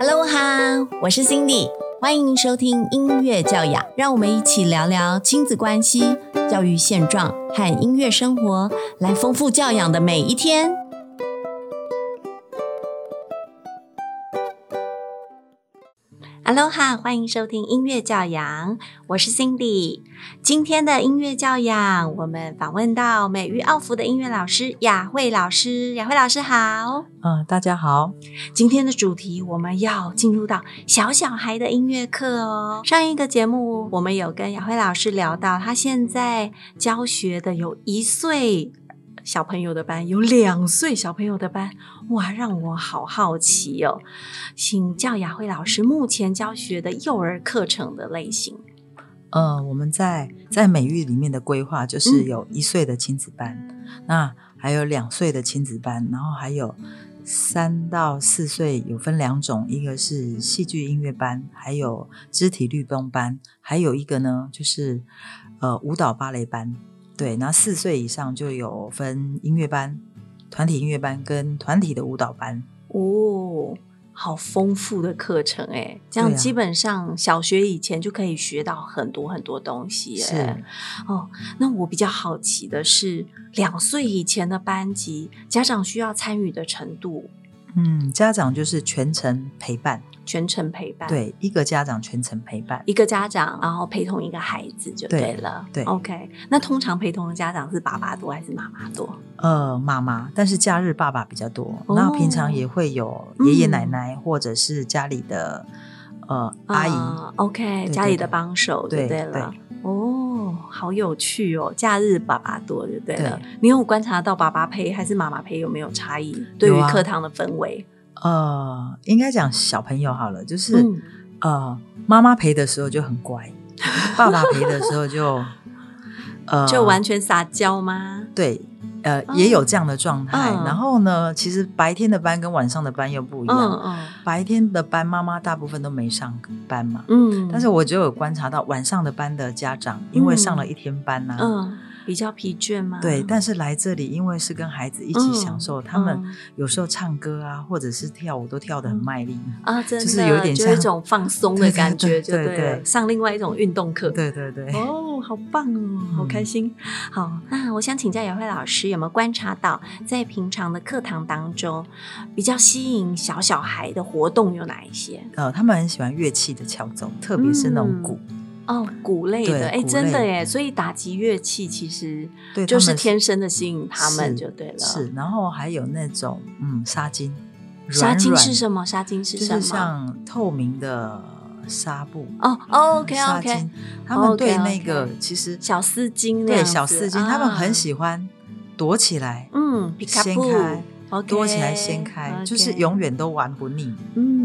Hello 哈，我是 Cindy，欢迎收听音乐教养，让我们一起聊聊亲子关系、教育现状和音乐生活，来丰富教养的每一天。Hello 哈，欢迎收听音乐教养，我是 Cindy。今天的音乐教养，我们访问到美育奥福的音乐老师雅慧老师，雅慧老师好。嗯，大家好。今天的主题我们要进入到小小孩的音乐课哦。上一个节目我们有跟雅慧老师聊到，她现在教学的有一岁小朋友的班，有两岁小朋友的班，哇，让我好好奇哦。请教雅慧老师，目前教学的幼儿课程的类型，呃，我们在在美育里面的规划就是有一岁的亲子班，那还有两岁的亲子班，然后还有三到四岁有分两种，一个是戏剧音乐班，还有肢体律动班，还有一个呢就是呃舞蹈芭蕾班。对，那四岁以上就有分音乐班、团体音乐班跟团体的舞蹈班。哦。好丰富的课程哎，这样对啊基本上小学以前就可以学到很多很多东西哎。是，哦，那我比较好奇的是，两岁以前的班级，家长需要参与的程度，嗯，家长就是全程陪伴，全程陪伴，，对，一个家长全程陪伴。一个家长，然后陪同一个孩子就对对了。对，OK。那通常陪同的家长是爸爸多还是妈妈多？呃，妈妈，但是假日爸爸比较多，哦那平常也会有爷爷嗯奶奶、或者是家里的呃阿姨，啊 o k 对对家里的帮手就对对了。哦，好有趣哦！假日爸爸多就对了。对你有观察到爸爸陪还是妈妈陪有没有差异？对于有啊课堂的氛围，呃，应该讲小朋友好了，就是、嗯呃，妈妈陪的时候就很乖，爸爸陪的时候就呃 就完全撒娇吗？对。呃，嗯也有这样的状态。嗯然后呢，其实白天的班跟晚上的班又不一样。嗯嗯白天的班妈妈大部分都没上班嘛，嗯。但是我就有观察到晚上的班的家长，因为上了一天班呐、嗯，比较疲倦吗？对，但是来这里，因为是跟孩子一起享受，他们嗯有时候唱歌啊，或者是跳舞都跳得很卖力。啊，真的就是有点就像一种放松的感觉， 对对就对了对上另外一种运动课。对嗯对对，哦，好棒哦，好开心。好，那我想请教雅慧老师，有没有观察到在平常的课堂当中，比较吸引小小孩的活动有哪一些？呃，他们很喜欢乐器的敲奏，特别是那种鼓，哦，鼓类的，对哎，鼓真的类耶，所以打击乐器其实对，就他是们天生的吸引他们，是就对了。是，然后还有那种嗯纱巾，纱巾是么？什么？纱巾是就什是么？像透明的纱布。嗯哦，OK 纱 OK，巾他们对 OK，OK 那个其实小丝巾那样对子小丝巾，他们很啊喜欢躲起来，嗯，皮卡掀布开， OK，躲起来掀开，就是永远都玩不腻。嗯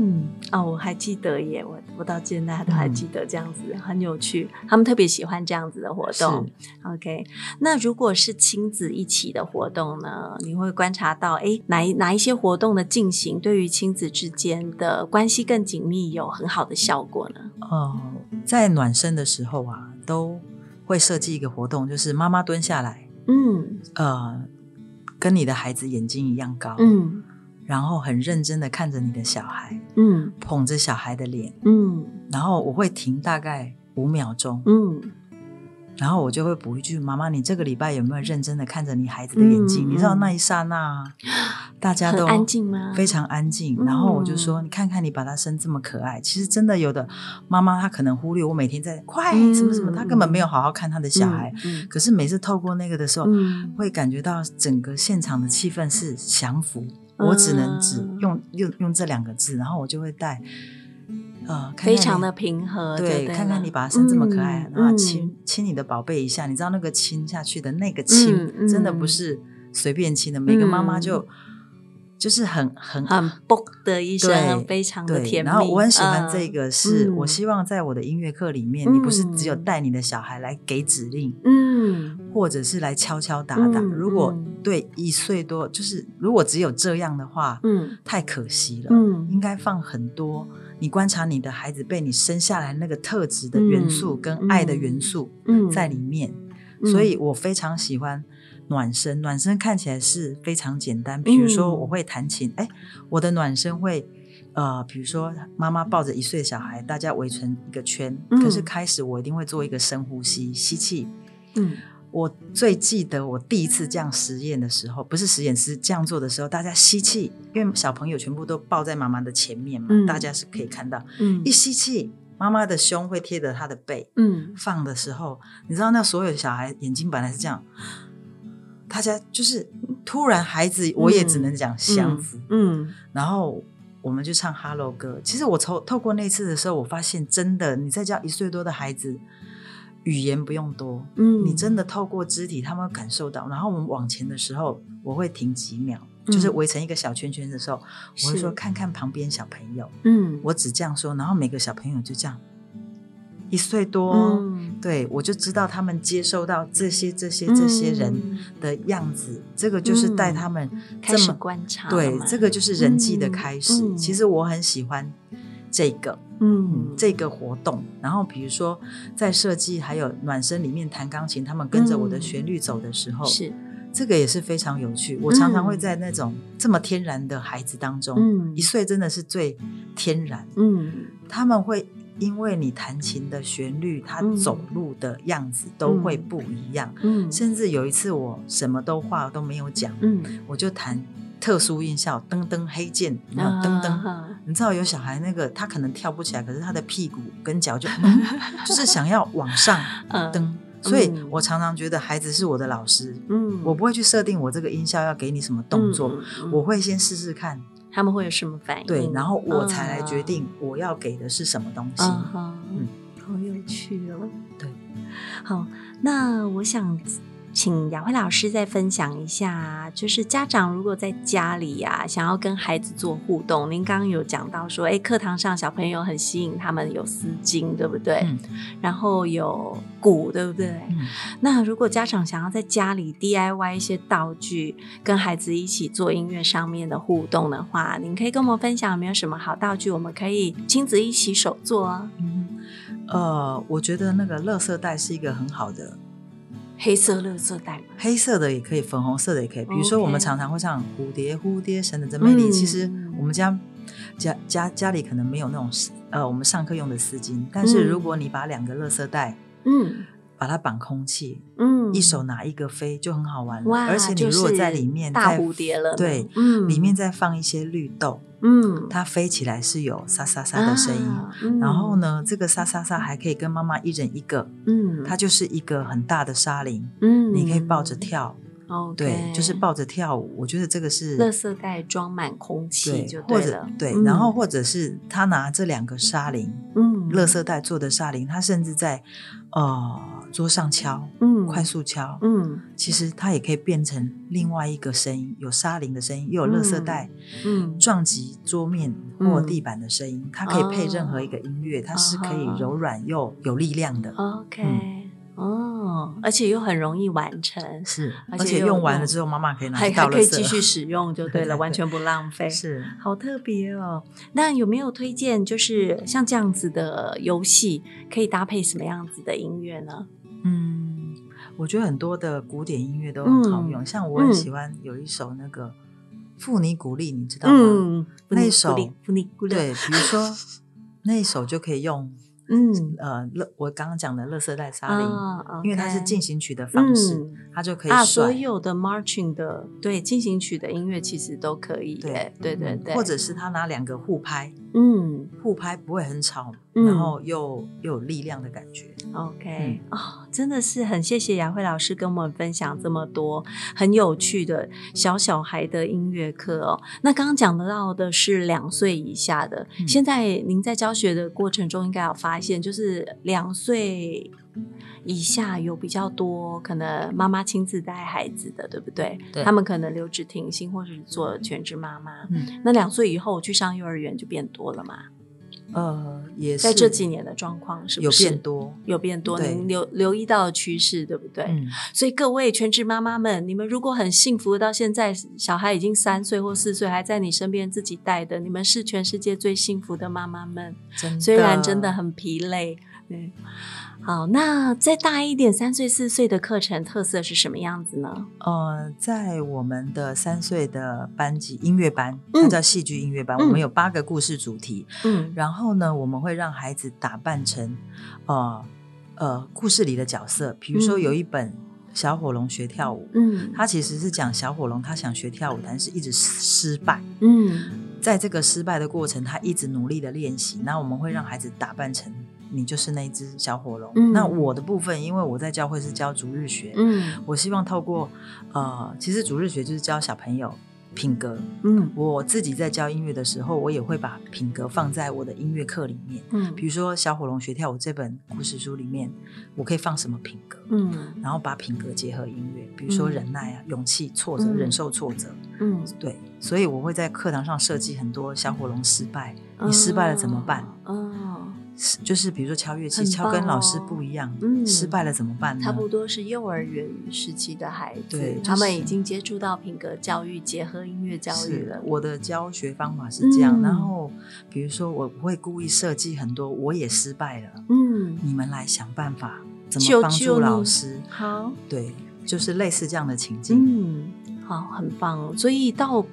哦，我还记得耶，我我到现在都还记得这样子，很有趣。他们特别喜欢这样子的活动。OK，那如果是亲子一起的活动呢？你会观察到，哎，哪一哪一些活动的进行对于亲子之间的关系更紧密，有很好的效果呢？哦，在暖身的时候啊，都会设计一个活动，就是妈妈蹲下来，嗯呃，跟你的孩子眼睛一样高，嗯然后很认真的看着你的小孩，嗯捧着小孩的脸，嗯然后我会停大概五秒钟，嗯，然后我就会补一句：“妈妈，你这个礼拜有没有认真的看着你孩子的眼睛？”嗯你知道嗯那一刹那，大家很都安静吗？嗯非常安静。然后我就说：“你看看你把他生这么可爱，其实真的有的妈妈她可能忽略我每天在快嗯什么什么，她根本没有好好看她的小嗯孩。，嗯可是每次透过那个的时候，嗯会感觉到整个现场的气氛是降服。我只能只嗯用用用这两个字，然后我就会带呃，看看非常你的平和，对，就看看你了把它生这么可爱，然后嗯亲、亲你的宝贝一下，你知道那个亲下去的那个亲，嗯嗯真的不是随便亲的，每个妈妈就、就是很很嗯很嘣的一声，对非常的对。甜蜜。然后我很喜欢嗯这，个是，嗯我希望在我的音乐课里面，你不是只有嗯带你的小孩来给指令，嗯，或者是来敲敲打打。嗯如果嗯对一岁多，就是如果只有这样的话，嗯太可惜了。嗯应该放很多你观察你的孩子被你生下来那个特质的元素嗯跟爱的元素嗯在里面，嗯所以我非常喜欢暖身。暖身看起来是非常简单，比如说嗯我会弹琴，哎、我的暖身会。呃，比如说妈妈抱着一岁的小孩，大家围成一个圈。嗯可是开始我一定会做一个深呼吸，吸气。嗯我最记得我第一次这样实验的时候，不是实验是这样做的时候，大家吸气，因为小朋友全部都抱在妈妈的前面嘛，嗯大家是可以看到，嗯一吸气，妈妈的胸会贴着她的背，嗯放的时候，你知道那所有小孩眼睛本来是这样，大家就是突然孩子，我也只能讲降服。嗯然后我们就唱 Hello 歌。其实我从透过那次的时候，我发现真的，你在教一岁多的孩子，语言不用多，嗯，你真的透过肢体，他们会感受到。然后我们往前的时候，我会停几秒，嗯就是围成一个小圈圈的时候，我会是说看看旁边小朋友。嗯我只这样说，然后每个小朋友就这样，一岁多。嗯对，我就知道他们接收到这些、这些、这些人嗯的样子，这个就是带他们开这始么、观察了对嘛，这个就是人际的开始。嗯嗯其实我很喜欢这个，嗯嗯，这个活动。然后比如说在设计还有暖身里面弹钢琴，他们跟着我的嗯旋律走的时候，是这个也是非常有趣。我常常会在那种这么天然的孩子当中，嗯一岁真的是最天然，嗯他们会因为你弹琴的旋律，他嗯走路的样子都会不一样。嗯甚至有一次，我什么都话都没有讲，嗯我就弹特殊音效，噔噔黑键，有没有噔噔。啊你知道有小孩那个，他可能跳不起来，可是他的屁股跟脚就、嗯就是想要往上嗯蹬。所以嗯我常常觉得孩子是我的老师，嗯我不会去设定我这个音效要给你什么动作，嗯嗯嗯嗯我会先试试看，他们会有什么反应？啊对，然后我才来决定我要给的是什么东西。嗯哼，嗯好有趣哦。对，好，那我想请雅慧老师再分享一下，就是家长如果在家里呀、想要跟孩子做互动，您刚刚有讲到说，哎，课堂上小朋友很吸引他们有丝巾，对不对？嗯然后有鼓，对不对？嗯那如果家长想要在家里 DIY 一些道具，跟孩子一起做音乐上面的互动的话，您可以跟我们分享有没有什么好道具，我们可以亲子一起手做啊？嗯呃，我觉得那个垃圾袋是一个很好的，黑色垃圾袋嘛，黑色的也可以，粉红色的也可以。比如说，我们 OK 常常会唱《蝴蝶蝴蝶神的真美丽》，嗯其实我们家家家家里可能没有那种呃，我们上课用的丝巾，但是嗯如果你把两个垃圾袋嗯把它绑空气，嗯一手拿一个飞就很好玩了。哇，而且你如果在里面就是大再蝴蝶了呢，对，嗯，里面再放一些绿豆，嗯它飞起来是有沙沙沙的声音。啊嗯然后呢，这个沙沙沙还可以跟妈妈一人一个，嗯，它就是一个很大的沙林，嗯你可以抱着，跳， OK 对，就是抱着跳舞。我觉得这个是垃圾袋装满空气就对，或者了，对，嗯然后或者是他拿这两个沙林，嗯，垃圾袋做的沙林，他甚至在呃桌上敲，嗯快速敲，嗯其实它也可以变成另外一个声音，有沙林的声音，又有垃圾袋、嗯撞击桌面或地板的声音，它可以配任何一个音乐，它是可啊以哈啊柔软又有力量的。 OK，哦，而且又很容易完 成，是，而而且且又用完用了之后，妈妈可以拿还去还倒可以垃圾继续使用就对对 了，对完全不浪费。是，好特别哦！那有没有推荐，就是像这样子的游戏，可以搭配什么样子的音乐呢？嗯，我觉得很多的古典音乐都很好用，嗯像我很喜欢有一首那个《富尼古利》，你知道吗？不腻嗯那首不腻不腻不腻对，比 如说那一首就可以用嗯，呃，乐我刚刚讲的垃圾袋沙林，啊因为它是 OK 进行曲的方式，嗯它就可以啊，所甩。有的 marching 的对进行曲的音乐其实都可以对耶，对对嗯对，或者是他拿两个互拍，嗯互拍不会很吵，嗯然后又又有力量的感觉。嗯 OK，、哦，真的是很谢谢雅慧老师跟我们分享这么多很有趣的小小孩的音乐课哦。那刚刚讲得到的是两岁以下的，嗯现在您在教学的过程中应该有发现，就是两岁以下有比较多可能妈妈亲自带孩子的，对不对？对他们可能留职停薪或是做全职妈妈。嗯，那两岁以后去上幼儿园就变多了嘛？呃，也是在这几年的状况是有不是变多。有变多，对您留留意到的趋势，对不对？嗯，所以各位全职妈妈们，你们如果很幸福，到现在小孩已经三岁或四岁，还在你身边自己带的，你们是全世界最幸福的妈妈们。真的虽然真的很疲累，对，嗯好，那再大一点，三岁四岁的课程特色是什么样子呢？呃，在我们的三岁的班级音乐班，嗯它叫戏剧音乐班，我嗯们有八个故事主题，嗯然后呢，我们会让孩子打扮成，呃呃，故事里的角色，比如说嗯有一本《小火龙学跳舞》，嗯它其实是讲小火龙他想学跳舞，但是一直失失败，嗯在这个失败的过程，他一直努力的练习。那我们会让孩子打扮成你就是那一只小火龙。嗯那我的部分，因为我在教会是教逐日学，嗯我希望透过呃，其实逐日学就是教小朋友品格。嗯我自己在教音乐的时候，我也会把品格放在我的音乐课里面。嗯比如说《小火龙学跳舞》这本故事书里面，我可以放什么品格？嗯然后把品格结合音乐，比如说嗯忍耐啊、勇气、挫折、嗯忍受挫折，嗯，对，所以我会在课堂上设计很多小火龙失败，你失败了怎么办？哦，是就是比如说敲乐器，很敲跟老师棒哦不一样，嗯失败了怎么办呢？差不多是幼儿园时期的孩子，对他们就是已经接触到品格教育，结合音乐教育是了。我的教学方法是这嗯样，然后比如说我会故意设计很多，我也失败了，嗯，你们来想办法怎救么帮救助你老师，好，对，就是类似这样的情境。嗯，好，很棒哦。所以到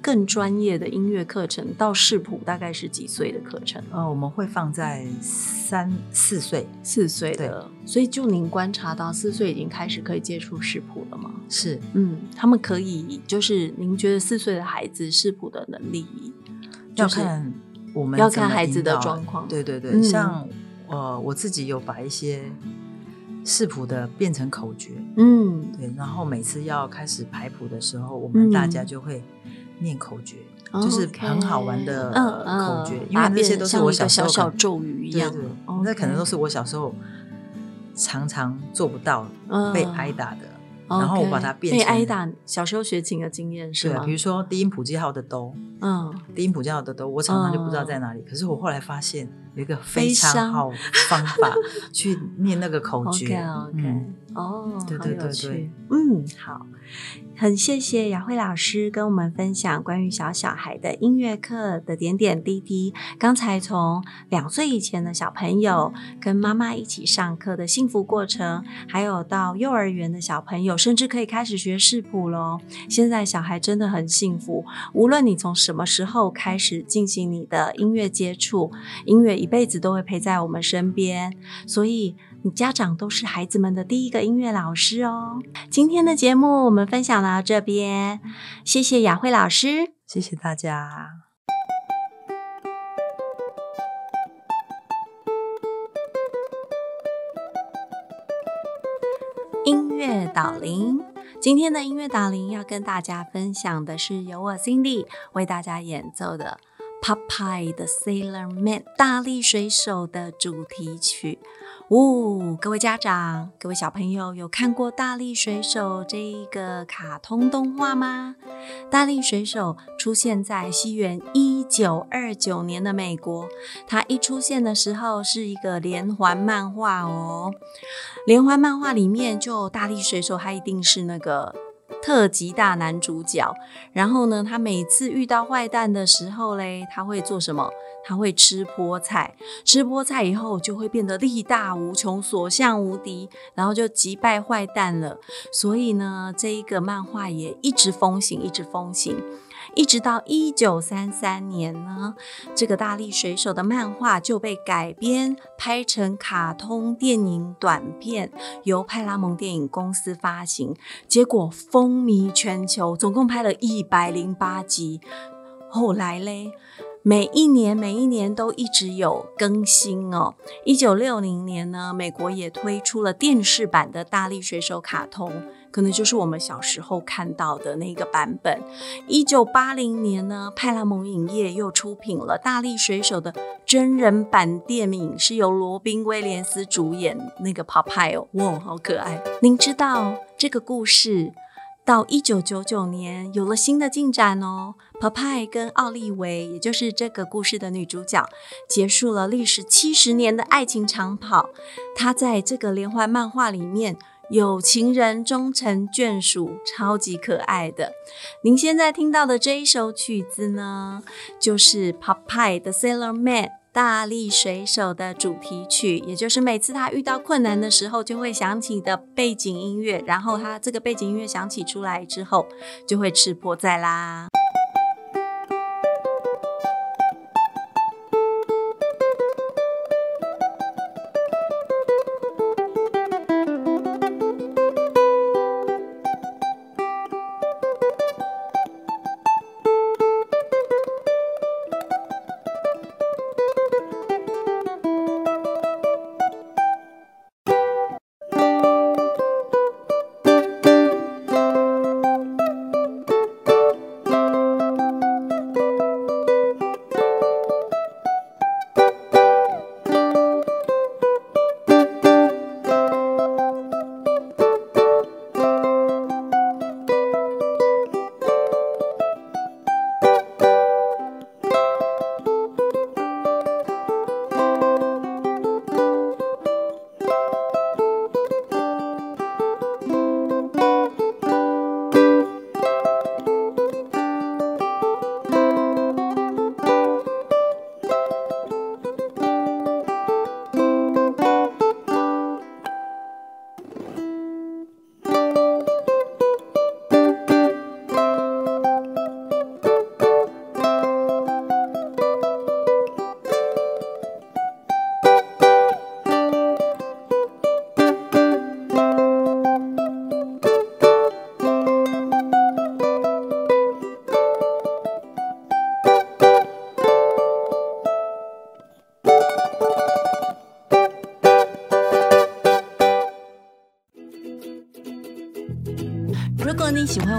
更专业的音乐课程，到视谱大概是几岁的课程？呃，我们会放在三四岁，四岁的，所以就您观察到，四岁已经开始可以接触视谱了吗？是嗯，他们可以，就是您觉得四岁的孩子视谱的能力，要就是看我们要怎看么孩引子的导状况对对对，嗯像呃我自己有把一些视谱的变成口诀，嗯，对，然后每次要开始排谱的时候，我们大家嗯就会念口诀，哦就是很好玩的 OK 口诀，因答为辩那些都嗯是像我一个小时小候小可咒语一对样，对， OK 那可能都是我小时候常常做不到嗯被挨打的。然后我把它 OK，变成被挨打，小时候学琴的经验是对啊吗？，比如说低音谱记号的哆，嗯，低音谱记号的哆，我常常就不知道嗯在哪里。可是我后来发现有一个悲非伤常好的 方法去念那个口诀。 OK，OK，、嗯，哦，对好对有对趣对嗯，好，很谢谢雅慧老师跟我们分享关于小小孩的音乐课的点点滴滴。刚才从两岁以前的小朋友跟妈妈一起上课的幸福过程，还有到幼儿园的小朋友，甚至可以开始学视谱喽。现在小孩真的很幸福，无论你从什么时候开始进行你的音乐接触，音乐一辈子都会陪在我们身边。所以你家长都是孩子们的第一个音乐老师哦。今天的节目我们分享到这边，谢谢雅慧老师。谢谢大家。音乐导聆，今天的音乐导聆要跟大家分享的是由我 Cindy 为大家演奏的 Popeye 的 Sailor Man 大力水手的主题曲。哦，各位家长、各位小朋友，有看过《大力水手》这一个卡通动画吗？《大力水手》出现在西元一九二九年的美国，它一出现的时候是一个连环漫画哦。连环漫画里面就大力水手，他一定是那个特级大男主角。然后呢，他每次遇到坏蛋的时候嘞，他会做什么？他会吃菠菜，吃菠菜以后就会变得力大无穷、所向无敌，然后就击败坏蛋了。所以呢，这一个漫画也一直风行，一直风行，一直到一九三三年呢，这个大力水手的漫画就被改编拍成卡通电影短片，由派拉蒙电影公司发行，结果风靡全球，总共拍了一百零八集。后来嘞，每一年每一年都一直有更新哦。一九六零年呢，美国也推出了电视版的《大力水手》卡通，可能就是我们小时候看到的那个版本。一九八零年呢，派拉蒙影业又出品了《大力水手》的真人版电影，是由罗宾威廉斯主演，那个 Popeye 哦，哇，好可爱！您知道这个故事到一九九九年有了新的进展哦。Popeye 跟奥利维，也就是这个故事的女主角，结束了历时七十年的爱情长跑。她在这个连环漫画里面。有情人终成眷属，超级可爱的。您现在听到的这一首曲子呢，就是 Popeye 的 Sailor Man 大力水手的主题曲，也就是每次他遇到困难的时候就会响起的背景音乐。然后他这个背景音乐响起出来之后，就会吃菠菜啦。如果你喜欢